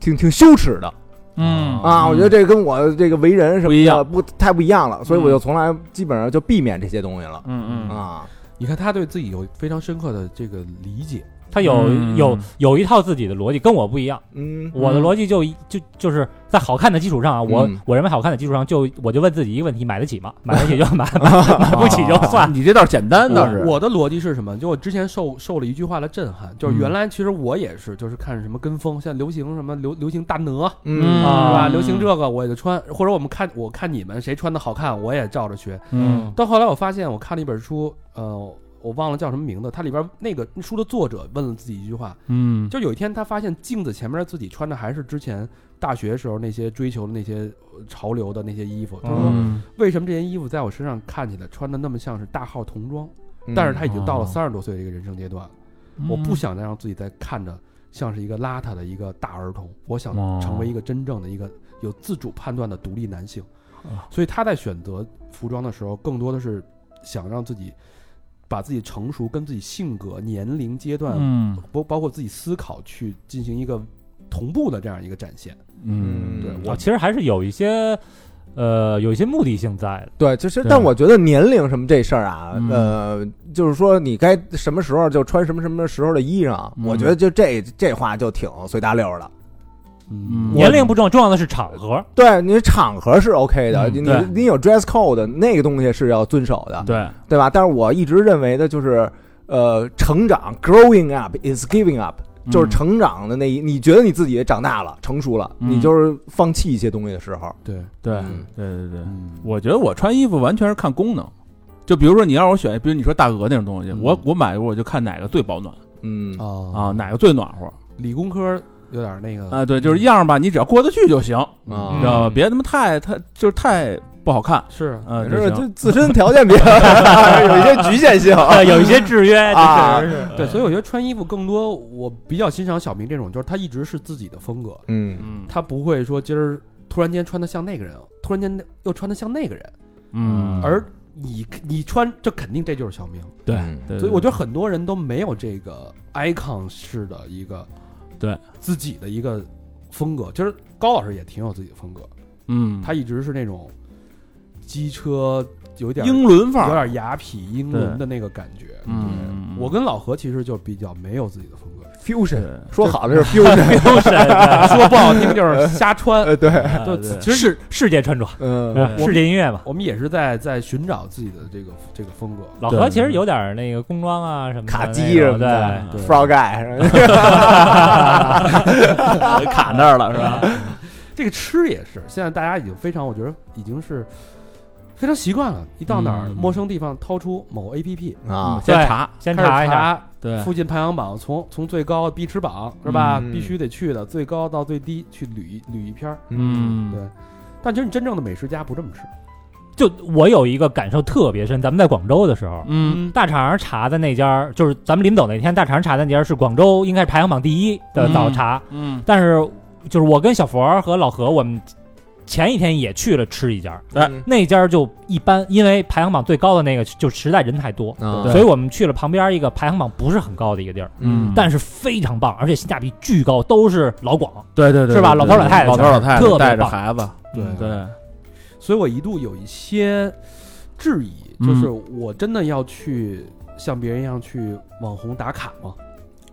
Speaker 2: 挺挺羞耻的
Speaker 3: 嗯
Speaker 2: 啊。我觉得这跟我这个为人什
Speaker 3: 不一
Speaker 2: 么的
Speaker 3: 样
Speaker 2: 不太不一样了，所以我就从来基本上就避免这些东西了
Speaker 3: 嗯嗯
Speaker 2: 啊。
Speaker 1: 你看他对自己有非常深刻的这个理解，
Speaker 5: 他有
Speaker 3: 嗯
Speaker 5: 有有一套自己的逻辑，跟我不一样。
Speaker 2: 嗯
Speaker 5: 我的逻辑就一就就是在好看的基础上啊，我
Speaker 2: 嗯
Speaker 5: 我认为好看的基础上，就我就问自己一个问题：买得起吗？买得起就买，买不起就算。
Speaker 3: 你这倒是简单倒是，
Speaker 1: 我我的逻辑是什么？就我之前受受了一句话的震撼，就是原来其实我也是，就是看什么跟风，现在流行什么流流行大鹅，
Speaker 2: 嗯
Speaker 1: 是
Speaker 5: 啊
Speaker 1: 吧？流行这个我也就穿，或者我们看我看你们谁穿的好看，我也照着学。
Speaker 3: 嗯
Speaker 1: 到后来我发现，我看了一本书，呃，我忘了叫什么名字，它里边那个书的作者问了自己一句话，
Speaker 3: 嗯
Speaker 1: 就有一天他发现镜子前面自己穿的还是之前大学时候那些追求的那些呃潮流的那些衣服，他说
Speaker 3: 嗯
Speaker 1: 为什么这件衣服在我身上看起来穿的那么像是大号童装？
Speaker 2: 嗯
Speaker 1: 但是他已经到了
Speaker 3: 哦嗯
Speaker 1: 三十多岁的一个人生阶段了，我不想再让自己再看着像是一个邋遢的一个大儿童，我想
Speaker 3: 哦
Speaker 1: 成为一个真正的一个有自主判断的独立男性
Speaker 3: 哦。
Speaker 1: 所以他在选择服装的时候，更多的是想让自己把自己成熟跟自己性格、年龄阶段，
Speaker 3: 嗯
Speaker 1: 包包括自己思考去进行一个同步的这样一个展现。
Speaker 3: 嗯
Speaker 1: 对
Speaker 5: 我
Speaker 1: 我
Speaker 5: 其实还是有一些呃有一些目的性在的。
Speaker 2: 对，其实
Speaker 3: 对
Speaker 2: 但我觉得年龄什么这事儿啊，
Speaker 3: 嗯
Speaker 2: 呃，就是说你该什么时候就穿什么什么时候的衣裳，
Speaker 3: 嗯
Speaker 2: 我觉得就这这话就挺随大溜儿的。
Speaker 3: 嗯
Speaker 5: 年龄不重要，重要的是场合。
Speaker 2: 对你场合是 OK 的，
Speaker 3: 嗯
Speaker 2: 你
Speaker 3: 对
Speaker 2: 你有 dress code 那个东西是要遵守的，
Speaker 3: 对
Speaker 2: 对吧？但是我一直认为的就是，呃，成长 growing up is giving up，就是成长的那一，你觉得你自己长大了、成熟了，
Speaker 3: 嗯
Speaker 2: 你就是放弃一些东西的时候，
Speaker 1: 对，
Speaker 3: 对
Speaker 2: 嗯
Speaker 3: 对对对，
Speaker 1: 嗯，
Speaker 3: 我觉得我穿衣服完全是看功能。就比如说，你要让我选，比如你说大鹅那种东西，
Speaker 1: 嗯
Speaker 3: 我我买过，我就看哪个最保暖
Speaker 2: 嗯
Speaker 1: 啊
Speaker 3: 啊，哪个最暖和
Speaker 1: 理工科有点那个嗯
Speaker 3: 啊？对，就是样儿吧，你只要过得去就行，
Speaker 2: 啊
Speaker 3: 你知道吧？
Speaker 5: 嗯
Speaker 3: 别他妈太太就是太不好看，
Speaker 1: 是
Speaker 3: 啊，
Speaker 2: 反
Speaker 3: 就
Speaker 2: 正
Speaker 3: 行
Speaker 2: 就自身条件比较 有一些局限 性，
Speaker 5: 呃，有一些制约，
Speaker 2: 啊
Speaker 5: 这确实是
Speaker 1: 对，所以我觉得穿衣服更多，我比较欣赏小明这种，就是他一直是自己的风格，
Speaker 2: 嗯。
Speaker 3: 嗯
Speaker 1: 他不会说今儿突然间穿的像那个人，突然间那又穿的像那个人，
Speaker 3: 嗯，
Speaker 1: 而你你穿这肯定这就是小明，
Speaker 3: 对
Speaker 2: 嗯
Speaker 3: 对，
Speaker 1: 所以我
Speaker 3: 就
Speaker 1: 觉得很多人都没有这个 icon 式的一个
Speaker 3: 对
Speaker 1: 自己的一个风格，其实高老师也挺有自己的风格，
Speaker 3: 嗯，
Speaker 1: 他一直是那种机车有点
Speaker 3: 英伦范
Speaker 1: 有
Speaker 3: 儿，
Speaker 1: 点雅痞英伦的那个感觉，
Speaker 3: 嗯，
Speaker 1: 我跟老何其实就比较没有自己的风格，
Speaker 2: fusion，
Speaker 3: 对
Speaker 2: 说好了是 fusion，
Speaker 5: 都是
Speaker 1: 说不好听就是瞎穿。
Speaker 2: 呃， 对，
Speaker 1: 就
Speaker 5: 对
Speaker 1: 其实
Speaker 5: 世世界穿着，
Speaker 2: 嗯，
Speaker 5: 呃世界音乐嘛。
Speaker 1: 我们也是在在寻找自己的这个这个风格。
Speaker 5: 老何其实有点那个工装啊什么的
Speaker 2: 卡
Speaker 5: 那
Speaker 2: 机
Speaker 5: 种
Speaker 2: 什么的
Speaker 5: 对，
Speaker 1: 对
Speaker 2: frog guy，
Speaker 4: 卡那儿了是吧？
Speaker 1: 这个吃也是，现在大家已经非常，我觉得已经是非常习惯了。一到哪儿
Speaker 3: 嗯
Speaker 1: 陌生地方，掏出某 A P P，
Speaker 2: 啊，
Speaker 3: 先
Speaker 5: 对
Speaker 3: 查，
Speaker 5: 先
Speaker 1: 开始
Speaker 5: 查一下，
Speaker 3: 对，
Speaker 1: 附近排行榜，从从最高必吃榜是吧？
Speaker 2: 嗯
Speaker 1: 必须得去的，最高到最低去捋一捋一篇儿。
Speaker 3: 嗯，
Speaker 1: 对，但其实你真正的美食家不这么吃，
Speaker 5: 就我有一个感受特别深，咱们在广州的时候，
Speaker 3: 嗯，
Speaker 5: 大肠茶的那家儿，就是咱们临走那天，大肠茶那家儿是广州应该是排行榜第一的早茶，
Speaker 3: 嗯，
Speaker 5: 但是就是我跟小佛儿和老何，我们前一天也去了吃一家儿，
Speaker 3: 哎
Speaker 2: 嗯
Speaker 5: 那家儿就一般，因为排行榜最高的那个就实在人太多，
Speaker 2: 啊
Speaker 3: 嗯对
Speaker 5: 所以我们去了旁边一个排行榜不是很高的一个地儿，
Speaker 3: 嗯
Speaker 5: 但是非常棒，而且性价比巨高，都是老广，
Speaker 3: 对对对，
Speaker 5: 是吧
Speaker 3: 对
Speaker 5: 老头老
Speaker 3: 对
Speaker 5: 太太
Speaker 3: 老头老太
Speaker 5: 特别
Speaker 3: 太带着
Speaker 5: 棒
Speaker 3: 孩子，嗯
Speaker 1: 对
Speaker 3: 对，
Speaker 1: 所以我一度有一些质疑，
Speaker 3: 嗯
Speaker 1: 就是我真的要去像别人一样去网红打卡吗？
Speaker 3: 啊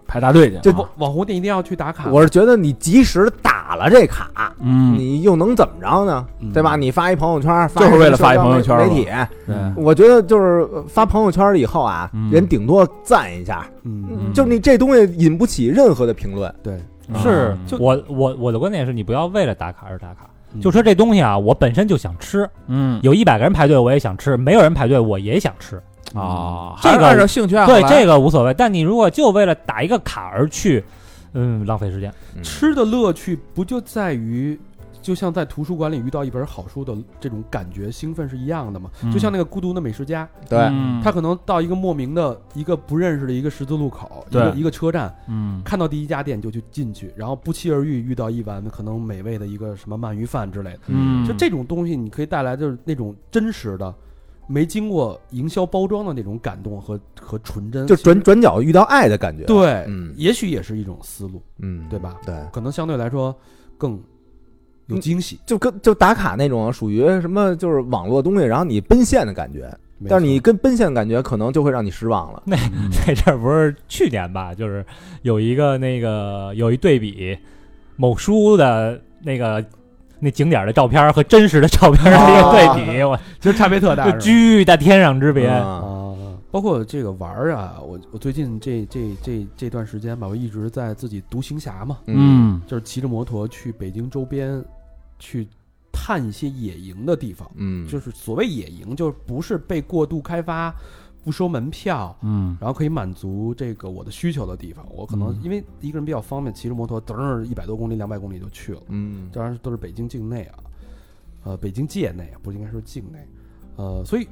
Speaker 3: 排大队去，啊
Speaker 2: 这
Speaker 1: 网网红店一定要去打卡吗？
Speaker 2: 我是觉得你及时打了这卡，
Speaker 3: 嗯，
Speaker 2: 你又能怎么着呢？
Speaker 1: 嗯
Speaker 2: 对吧？你发一朋友圈，发
Speaker 3: 就是为了
Speaker 2: 一个
Speaker 3: 发一
Speaker 2: 社交
Speaker 3: 朋友圈
Speaker 2: 媒
Speaker 3: 嘛
Speaker 2: 体，
Speaker 3: 对，
Speaker 2: 我觉得就是呃发朋友圈了以后啊，
Speaker 3: 嗯
Speaker 2: 人顶多赞一下，
Speaker 1: 嗯
Speaker 3: 嗯
Speaker 2: 就是你这东西引不起任何的评论。
Speaker 1: 对，
Speaker 5: 是
Speaker 3: 嗯
Speaker 5: 我我我的观点是你不要为了打卡而打卡
Speaker 1: 嗯，
Speaker 5: 就说这东西啊，我本身就想吃，
Speaker 3: 嗯
Speaker 5: 有一百个人排队我也想吃，没有人排队我也想吃，
Speaker 3: 啊，
Speaker 5: 这
Speaker 3: 还是
Speaker 5: 个
Speaker 3: 按照兴趣爱好
Speaker 5: 对
Speaker 3: 来
Speaker 5: 这个无所谓。但你如果就为了打一个卡而去，嗯，浪费时间。
Speaker 1: 吃的乐趣不就在于，就像在图书馆里遇到一本好书的这种感觉兴奋是一样的吗？
Speaker 3: 嗯
Speaker 1: 就像那个孤独的美食家，
Speaker 2: 对，
Speaker 3: 嗯
Speaker 1: 他可能到一个莫名的一个不认识的一个十字路口，一
Speaker 3: 对
Speaker 1: 个一个车站，
Speaker 3: 嗯
Speaker 1: 看到第一家店就去进去，然后不期而遇遇到一碗可能美味的一个什么鳗鱼饭之类的，
Speaker 3: 嗯，
Speaker 1: 就这种东西你可以带来就是那种真实的。没经过营销包装的那种感动和和纯真，
Speaker 2: 就转转角遇到爱的感觉。，
Speaker 1: 对，
Speaker 2: 嗯
Speaker 1: 也许也是一种思路，
Speaker 2: 嗯，
Speaker 1: 对吧？
Speaker 2: 对，
Speaker 1: 可能相对来说更有
Speaker 2: 嗯
Speaker 1: 惊喜。
Speaker 2: 就跟就打卡那种属于什么，就是网络东西，然后你奔现的感觉，
Speaker 1: 没
Speaker 2: 但是
Speaker 1: 错
Speaker 2: 你跟奔现的感觉可能就会让你失望了。
Speaker 5: 那
Speaker 3: 嗯
Speaker 5: 那阵儿不是去年吧，就是有一个那个有一对比，某书的那个那景点的照片和真实的照片的一个 对比，我
Speaker 1: 其实差别哦特大，
Speaker 5: 就是
Speaker 1: 吧
Speaker 5: 巨大天壤之别。
Speaker 2: 啊，
Speaker 1: 啊！包括这个玩儿啊，我我最近这这这这段时间吧，我一直在自己独行侠嘛，
Speaker 2: 嗯，
Speaker 1: 就是骑着摩托去北京周边去探一些野营的地方。
Speaker 2: 嗯，
Speaker 1: 就是所谓野营，就是不是被过度开发、不收门票，
Speaker 3: 嗯
Speaker 1: 然后可以满足这个我的需求的地方。我可能
Speaker 3: 嗯
Speaker 1: 因为一个人比较方便，骑着摩托，噔儿一百多公里、两百公里就去了。
Speaker 2: 嗯，
Speaker 1: 当然都是北京境内啊，呃，北京界内啊，不是应该说境内，呃，所以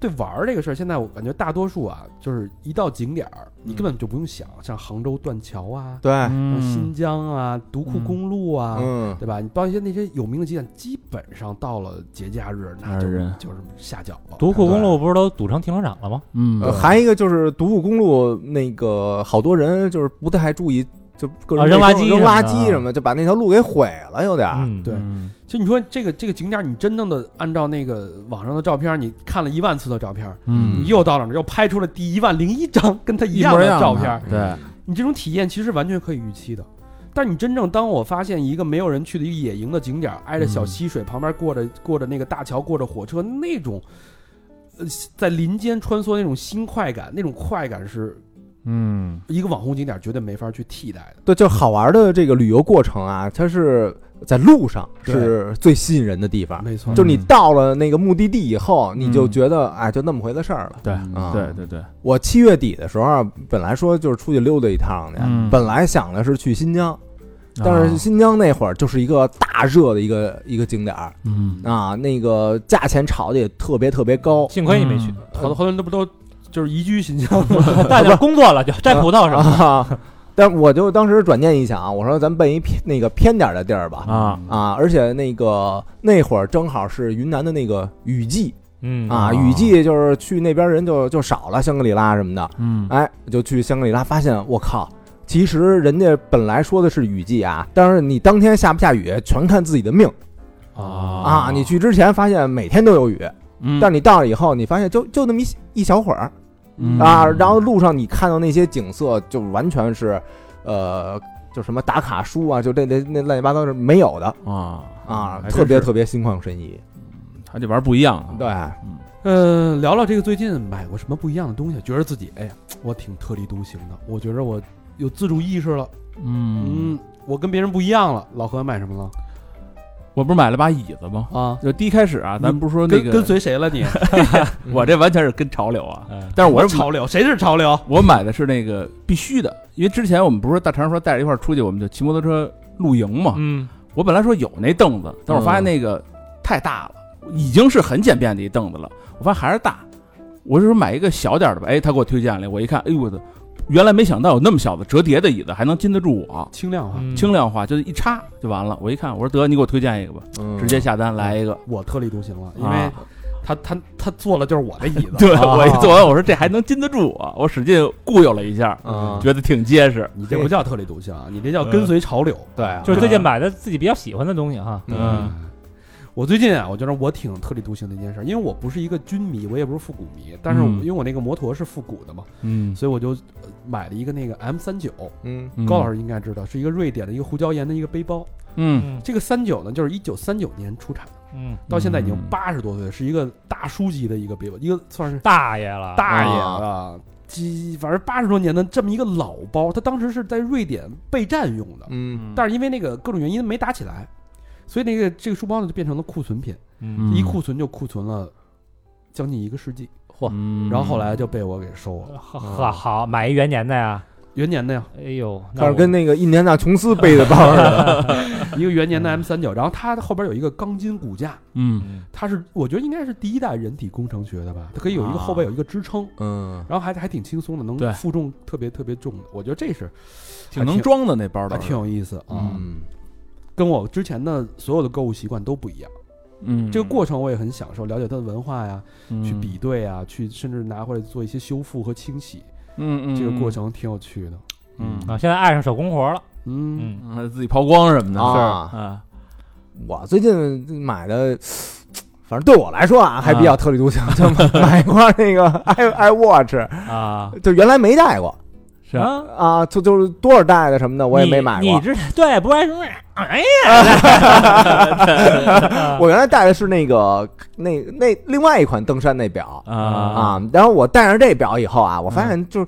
Speaker 1: 对玩儿这个事儿，现在我感觉大多数啊，就是一到景点儿，你根本就不用想，像杭州断桥啊，
Speaker 2: 对，
Speaker 1: 像
Speaker 3: 嗯
Speaker 1: 新疆啊，独库公路啊。
Speaker 2: 嗯，
Speaker 1: 对吧？你包括一些那些有名的景点，基本上到了节假日，那
Speaker 3: 还
Speaker 1: 就是
Speaker 3: 人
Speaker 1: 就是下脚了。
Speaker 5: 独库公路不是都堵成停车场了吗？
Speaker 3: 嗯
Speaker 2: 呃还一个就是独库公路那个，好多人就是不太注意，就各种
Speaker 5: 啊扔垃圾
Speaker 2: 扔
Speaker 5: 什么
Speaker 2: 垃
Speaker 5: 的啊
Speaker 2: 圾什么，就把那条路给毁了，有点儿。
Speaker 5: 嗯，
Speaker 1: 啊对
Speaker 3: 嗯
Speaker 1: 其实你说这个这个景点儿，你真正的按照那个网上的照片儿，你看了一万次的照片儿，
Speaker 3: 嗯
Speaker 1: 你又到了那儿，又拍出了第一万零一张跟它一
Speaker 3: 一
Speaker 1: 样
Speaker 3: 模一嗯
Speaker 1: 的
Speaker 3: 样的
Speaker 1: 照片
Speaker 2: 嗯
Speaker 1: 儿，
Speaker 3: 对，
Speaker 1: 你这种体验其实完全可以预期的。但你真正当我发现一个没有人去的一个野营的景点儿，挨着小溪
Speaker 3: 嗯
Speaker 1: 水，旁边过着过着那个大桥，过着火车，那种，呃，在林间穿梭那种新快感，那种快感是
Speaker 3: 嗯
Speaker 1: 一个网红景点儿绝对没法去替代的。
Speaker 2: 对，就好玩的这个旅游过程啊，它是在路上
Speaker 1: 对
Speaker 2: 是最吸引人的地方。
Speaker 1: 没错
Speaker 3: 嗯
Speaker 2: 就你到了那个目的地以后，你就
Speaker 3: 嗯
Speaker 2: 觉得哎，就那么回的事儿了。
Speaker 3: 对
Speaker 2: 啊
Speaker 3: 对对对，
Speaker 2: 我七月底的时候啊，本来说就是出去溜达一趟去，
Speaker 3: 嗯
Speaker 2: 本来想的是去新疆，但是
Speaker 3: 啊
Speaker 2: 新疆那会儿就是一个大热的一个一个景点儿
Speaker 3: 嗯
Speaker 2: 啊，那个价钱炒的也特别特别高，
Speaker 5: 幸亏你没
Speaker 3: 嗯
Speaker 5: 去，
Speaker 1: 好多好多人都不都就是移居新疆吗？
Speaker 5: 大家工作了就
Speaker 1: 嗯
Speaker 5: 摘葡萄什么的。
Speaker 2: 啊。 但我就当时转念一想，啊我说咱奔一偏那个偏点儿的地儿吧，
Speaker 3: 啊
Speaker 2: 啊，而且那个那会儿正好是云南的那个雨季
Speaker 5: 嗯
Speaker 2: 啊，
Speaker 3: 哦
Speaker 2: 雨季就是去那边人就就少了，香格里拉什么的，
Speaker 3: 嗯
Speaker 2: 哎，就去香格里拉，发现我靠，其实人家本来说的是雨季啊，但是你当天下不下雨全看自己的命啊，你去之前发现每天都有雨，
Speaker 3: 嗯
Speaker 2: 但是你到了以后，你发现就就那么一一小会儿
Speaker 3: 嗯
Speaker 2: 啊啊，然后路上你看到那些景色就完全是。呃，就什么打卡书啊，就这那那乱七八糟是没有的
Speaker 3: 啊
Speaker 2: 啊，特别特别心旷神怡。
Speaker 3: 他这玩意儿不一样啊。
Speaker 2: 对，
Speaker 1: 呃，聊聊这个最近买过什么不一样的东西，觉得自己哎呀，我挺特立独行的，我觉着我有自主意识了，
Speaker 3: 嗯，
Speaker 1: 嗯，我跟别人不一样了。老何买什么了
Speaker 3: 我不是买了把椅子吗？
Speaker 1: 啊？
Speaker 3: 就第一开始啊，咱不是说那
Speaker 1: 跟
Speaker 3: 个
Speaker 1: 跟随谁 了你？
Speaker 3: 我这完全是跟潮流啊，
Speaker 5: 嗯
Speaker 3: 但是我
Speaker 1: 我
Speaker 3: 是买
Speaker 1: 潮流，谁是潮流？
Speaker 3: 我买的是那个必须的，因为之前我们不是大常说带着一块儿出去，我们就骑摩托车露营嘛。
Speaker 5: 嗯
Speaker 3: 我本来说有那凳子，但我发现那
Speaker 1: 嗯
Speaker 3: 个太大了，已经是很简便的一凳子了。我发现还是大，我就说买一个小点儿的吧。哎，他给我推荐了，我一看，哎呦我的，原来没想到有那么小的折叠的椅子还能禁得住我，
Speaker 1: 轻量化，
Speaker 5: 嗯
Speaker 3: 轻量化就是一插就完了。我一看，我说得你给我推荐一个吧，
Speaker 2: 嗯
Speaker 3: 直接下单来一个。
Speaker 1: 我特立独行了，因为
Speaker 3: 啊
Speaker 1: 他他他坐了就是我的 椅子。
Speaker 3: 对我一做完，我说这还能禁得住我，我使劲固悠了一下，
Speaker 1: 啊
Speaker 2: 嗯，
Speaker 3: 觉得挺结实。
Speaker 1: 你这不叫特立独行啊，你这叫跟随潮流。
Speaker 2: 对啊，
Speaker 5: 就是最近买的自己比较喜欢的东西哈。
Speaker 2: 嗯
Speaker 1: 我最近啊，我觉得我挺特立独行的一件事，因为我不是一个军迷，我也不是复古迷，但是我
Speaker 3: 嗯
Speaker 1: 因为我那个摩托是复古的嘛，
Speaker 3: 嗯，
Speaker 1: 所以我就呃买了一个那个 M 三九，
Speaker 2: 嗯
Speaker 1: 高老师应该知道，是一个瑞典的一个胡椒盐的一个背包。
Speaker 3: 嗯。
Speaker 5: 嗯
Speaker 1: 这个三九呢，就是一九三九年出产的，
Speaker 5: 嗯，
Speaker 1: 到现在已经
Speaker 3: 嗯
Speaker 1: 八十多岁了，是一个大叔级的一个背包，一个算是
Speaker 5: 大爷了，
Speaker 1: 大爷
Speaker 2: 啊
Speaker 1: 了，几反正八十多年的这么一个老包，他当时是在瑞典备战用的，
Speaker 2: 嗯
Speaker 1: 但是因为那个各种原因没打起来，所以那个这个书包呢就变成了库存品，
Speaker 5: 嗯
Speaker 1: 一库存就库存了将近一个世纪，嚯！
Speaker 3: 嗯
Speaker 1: 然后后来就被我给收了，
Speaker 5: 好好好，买一元年的呀。
Speaker 1: 元年的呀，
Speaker 5: 哎呦，那
Speaker 2: 但是
Speaker 5: 我
Speaker 2: 跟那个印第安纳琼斯背的包似的，
Speaker 1: 一个元年的 M 三九，然后它后边有一个钢筋骨架，
Speaker 3: 嗯
Speaker 1: 它是我觉得应该是第一代人体工程学的吧，它可以有一个
Speaker 3: 啊
Speaker 1: 后背有一个支撑，
Speaker 2: 嗯
Speaker 1: 然后还还挺轻松的，
Speaker 3: 对
Speaker 1: 能负重特别特别重的，我觉得这是
Speaker 3: 挺能装的那包
Speaker 1: 还
Speaker 3: 的，
Speaker 1: 挺有意思啊，
Speaker 2: 嗯
Speaker 1: 跟我之前的所有的购物习惯都不一样。
Speaker 3: 嗯，
Speaker 1: 这个过程我也很享受，了解它的文化呀，
Speaker 3: 嗯
Speaker 1: 去比，对啊，去甚至拿回来做一些修复和清洗，
Speaker 3: 嗯嗯，
Speaker 1: 这个过，程挺有趣的。
Speaker 3: 嗯
Speaker 5: 啊，现在爱上手工活了。
Speaker 1: 嗯，
Speaker 5: 嗯，
Speaker 3: 嗯，自己抛光什么的，
Speaker 2: 啊
Speaker 3: 是啊，
Speaker 2: 我最近买的，反正对我来说啊，还比较特立独行，就买过那个 i iWatch，
Speaker 5: 啊，
Speaker 2: 就原来没戴过
Speaker 3: 是啊，
Speaker 2: 啊，就就是多少戴的什么的，我也没买
Speaker 5: 你你
Speaker 2: 过。
Speaker 5: 之前对不爱什么？哎
Speaker 3: 啊
Speaker 5: 呀，
Speaker 2: 我原来戴的是那个那那另外一款登山那表
Speaker 3: 啊嗯
Speaker 2: 啊，然后我戴上这表以后啊，我发现就是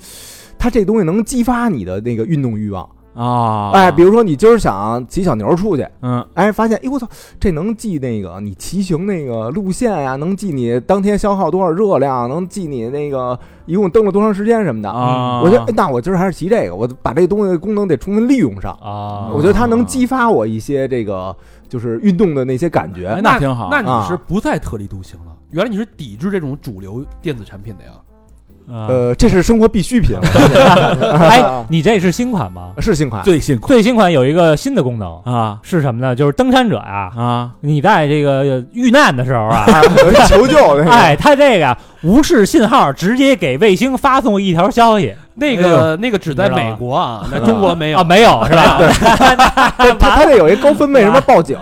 Speaker 2: 它这东西能激发你的那个运动欲望。
Speaker 3: 啊，
Speaker 2: 哎，比如说你今儿想骑小牛出去，
Speaker 3: 嗯
Speaker 2: 哎，发现，哎，我操，这能记那个你骑行那个路线呀、能记你当天消耗多少热量，能记你那个一共蹬了多长时间什么的。
Speaker 3: 啊，
Speaker 2: 我觉得，哎那我今儿还是骑这个，我把这东西的功能得充分利用上。
Speaker 5: 啊，
Speaker 2: 我觉得它能激发我一些这个就是运动的那些感觉
Speaker 3: 哎。那挺好，
Speaker 1: 那你
Speaker 2: 啊
Speaker 1: 是不再特立独行了，原来你是抵制这种主流电子产品的呀？
Speaker 4: 啊
Speaker 5: 呃，
Speaker 2: 呃，这是生活必需品，
Speaker 5: 哎，你这是新 款吗？
Speaker 2: 是新款。
Speaker 3: 最辛苦
Speaker 5: 最新款有一个新的功能
Speaker 3: 啊
Speaker 5: 是什么呢？就是登山者啊，
Speaker 3: 啊，
Speaker 5: 你在这个遇难的时候 啊，
Speaker 2: 啊求救那个，
Speaker 5: 哎，他这个无视信号，直接给卫星发送一条消息
Speaker 1: 那个那个只在美国啊，那中国没有
Speaker 5: 啊，。没有是吧？
Speaker 2: 它它得有一高分贝什么报警。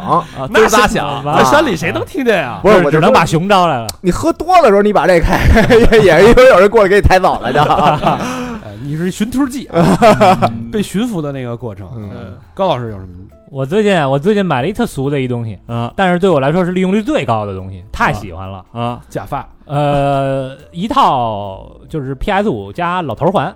Speaker 1: 那
Speaker 4: 嘚
Speaker 1: 是啊
Speaker 4: 儿仨响
Speaker 1: 在山里谁能听见呀？
Speaker 2: 不是，我
Speaker 5: 只
Speaker 2: 就
Speaker 5: 能
Speaker 2: 说
Speaker 5: 把熊招来了。
Speaker 2: 你喝多了时候，你把这开， 也也是因为有人过来给你抬走了的。
Speaker 4: 啊
Speaker 1: 哎你是寻突记啊， 被驯服的那个过程。
Speaker 2: 嗯
Speaker 1: 高老师有什么？
Speaker 5: 我最近啊我最近买了一特俗的一东西，
Speaker 3: 啊
Speaker 5: 但是对我来说是利用率最高的东西，太喜欢了。
Speaker 3: 啊
Speaker 1: 假发
Speaker 5: 呃，一套就是 PS 五加老头环，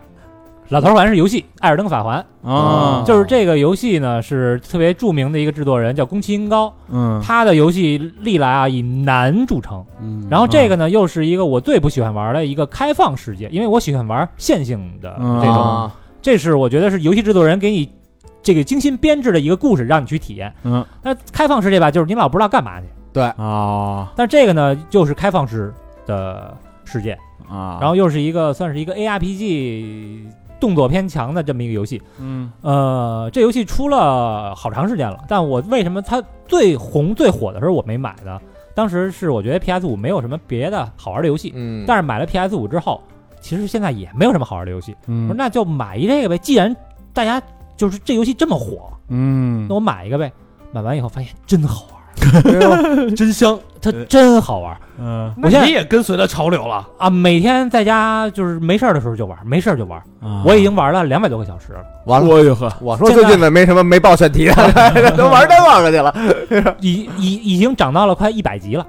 Speaker 5: 老头环是游戏《艾尔登法环》
Speaker 3: 啊，
Speaker 5: 就是这个游戏呢是特别著名的一个制作人叫宫崎英高，
Speaker 3: 嗯
Speaker 5: 他的游戏历来啊以难著称。
Speaker 1: 嗯
Speaker 5: 然后这个呢，又是一个我最不喜欢玩的一个开放世界，因为我喜欢玩线性的这种，
Speaker 2: 啊
Speaker 5: 这是我觉得是游戏制作人给你这个精心编制的一个故事，让你去体验。
Speaker 3: 嗯
Speaker 5: 那开放世界吧，就是你老不知道干嘛去，
Speaker 3: 啊
Speaker 5: 但这个呢，就是开放式的世界，
Speaker 3: 啊，
Speaker 5: 然后又是一个算是一个 ARPG 动作偏强的这么一个游戏。
Speaker 3: 嗯
Speaker 5: 呃，这游戏出了好长时间了，但我为什么它最红最火的时候我没买呢？当时是我觉得 PS 五没有什么别的好玩的游戏，
Speaker 2: 嗯
Speaker 5: 但是买了 PS 五之后，其实现在也没有什么好玩的游戏。我说
Speaker 3: 嗯
Speaker 5: 那就买一这个呗，既然大家就是这游戏这么火，
Speaker 3: 嗯
Speaker 5: 那我买一个呗。买完以后发现真好玩，
Speaker 2: 嗯
Speaker 1: 真香！
Speaker 5: 它真好玩
Speaker 4: 嗯
Speaker 5: 我现在
Speaker 1: 你也跟随了潮流了，
Speaker 5: 啊！每天在家就是没事儿的时候就玩，没事儿就玩。
Speaker 3: 啊
Speaker 5: 我
Speaker 4: 我
Speaker 5: 已
Speaker 4: 已
Speaker 5: 经玩了两百多个小时了，
Speaker 2: 完了，
Speaker 3: 我哟呵，
Speaker 2: 我说嗯最近怎么没什么没报选题的， 都玩这个去了。
Speaker 5: 已已已经涨到了快一百级了。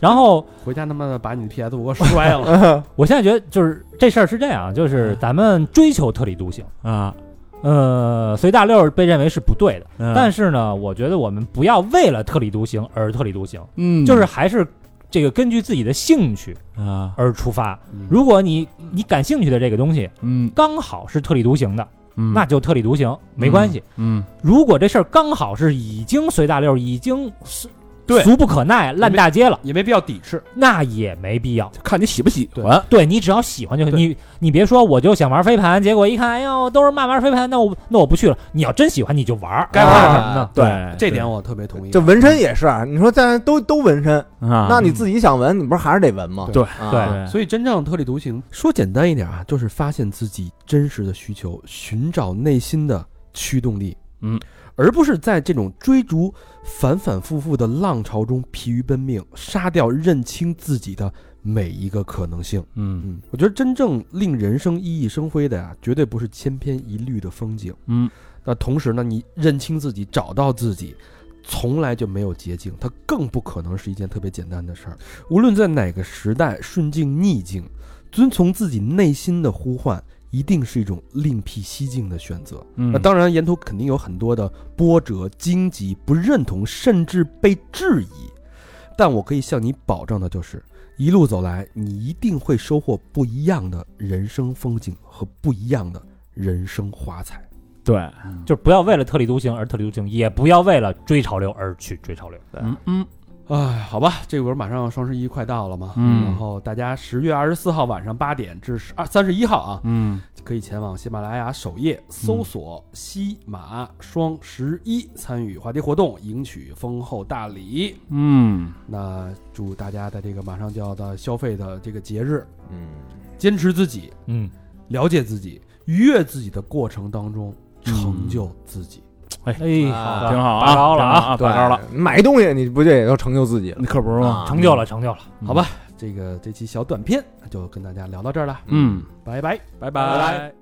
Speaker 5: 然后
Speaker 1: 回家他妈的把你 PS 五给我摔了。
Speaker 5: 我现在觉得就是这事儿是这样，
Speaker 3: 嗯
Speaker 5: 就是咱们追求特立独行，
Speaker 4: 啊，
Speaker 5: 呃，随大溜儿被认为是不对的。
Speaker 3: 嗯
Speaker 5: 但
Speaker 4: 但
Speaker 5: 是呢，我觉得我们不要为了特立独行而特立独行，
Speaker 3: 嗯，
Speaker 5: 就是还是这个根据自己的兴趣
Speaker 4: 啊，
Speaker 5: 而出发。
Speaker 1: 嗯
Speaker 5: 如果你你感兴趣的这个东西
Speaker 4: 嗯，
Speaker 5: 刚好是特立独行的，
Speaker 4: 嗯
Speaker 5: 那就特立独行，没关系。
Speaker 4: 嗯，
Speaker 5: 如果这事儿刚好是已经随大溜儿，已经是
Speaker 1: 对
Speaker 5: 俗不可耐、烂大街了，
Speaker 1: 也没必要抵制，
Speaker 5: 那也没必要。
Speaker 3: 看你喜不喜欢。
Speaker 5: 对你只要喜欢就行，
Speaker 1: 对
Speaker 5: 你你别说我就想玩飞盘，结果一看，哎呦，都是骂玩飞盘，那我那我不去了。你要真喜欢你就玩儿，啊
Speaker 1: 该玩
Speaker 5: 玩
Speaker 2: 玩
Speaker 5: 什么呢？
Speaker 4: 对
Speaker 1: 这点我特别同意。啊
Speaker 2: 这纹身也是，你说咱都都纹身，
Speaker 4: 啊，
Speaker 2: 那你自己想纹，你不是还是得纹吗？
Speaker 1: 对
Speaker 2: 啊
Speaker 5: 对
Speaker 4: 对，
Speaker 1: 所以真正特立独行，说简单一点啊，就是发现自己真实的需求，寻找内心的驱动力，
Speaker 4: 嗯，
Speaker 1: 而不是在这种追逐反反复复的浪潮中疲于奔命，杀掉认清自己的每一个可能性。
Speaker 4: 嗯
Speaker 1: 嗯，我觉得真正令人生熠熠生辉的呀、绝对不是千篇一律的风景。
Speaker 4: 嗯，
Speaker 1: 那同时呢，你认清自己，找到自己，从来就没有捷径，它更不可能是一件特别简单的事儿。无论在哪个时代，顺境逆境，遵从自己内心的呼唤，一定是一种另辟蹊径的选择。
Speaker 4: 嗯
Speaker 1: 那当然，沿途肯定有很多的波折、荆棘、不认同，甚至被质疑。但我可以向你保证的就是，一路走来，你一定会收获不一样的人生风景和不一样的人生华彩。
Speaker 4: 对，
Speaker 5: 就是不要为了特立独行而特立独行，也不要为了追潮流而去追潮流。
Speaker 4: 嗯嗯
Speaker 1: 哎，好吧，这会儿马上双十一快到了嘛，
Speaker 4: 嗯
Speaker 1: 然后大家十月二十四号晚上八点至十二三十一号啊，
Speaker 4: 嗯
Speaker 1: 可以前往喜马拉雅首页搜索“西马双十一”，参与话题活动，赢取丰厚大礼。
Speaker 4: 嗯，
Speaker 1: 那祝大家在这个马上就要到消费的这个节日，
Speaker 2: 嗯，
Speaker 1: 坚持自己，
Speaker 5: 嗯，
Speaker 1: 了解自己，愉悦自己的过程当中，
Speaker 4: 嗯
Speaker 1: 成就自己。
Speaker 5: 哎，
Speaker 2: 啊
Speaker 5: 的
Speaker 4: 挺好啊，
Speaker 5: 拔高了
Speaker 4: 挺好
Speaker 5: 啊，
Speaker 4: 啊，拔高了，，
Speaker 2: 买东西你不就也都成就自己了？
Speaker 4: 你可不是吗？
Speaker 2: 啊
Speaker 5: 成就了，成就了。
Speaker 4: 嗯
Speaker 1: 好吧，这个这期小短片就跟大家聊到这儿了，
Speaker 4: 嗯，
Speaker 1: 拜拜，拜
Speaker 3: 拜拜
Speaker 1: 拜。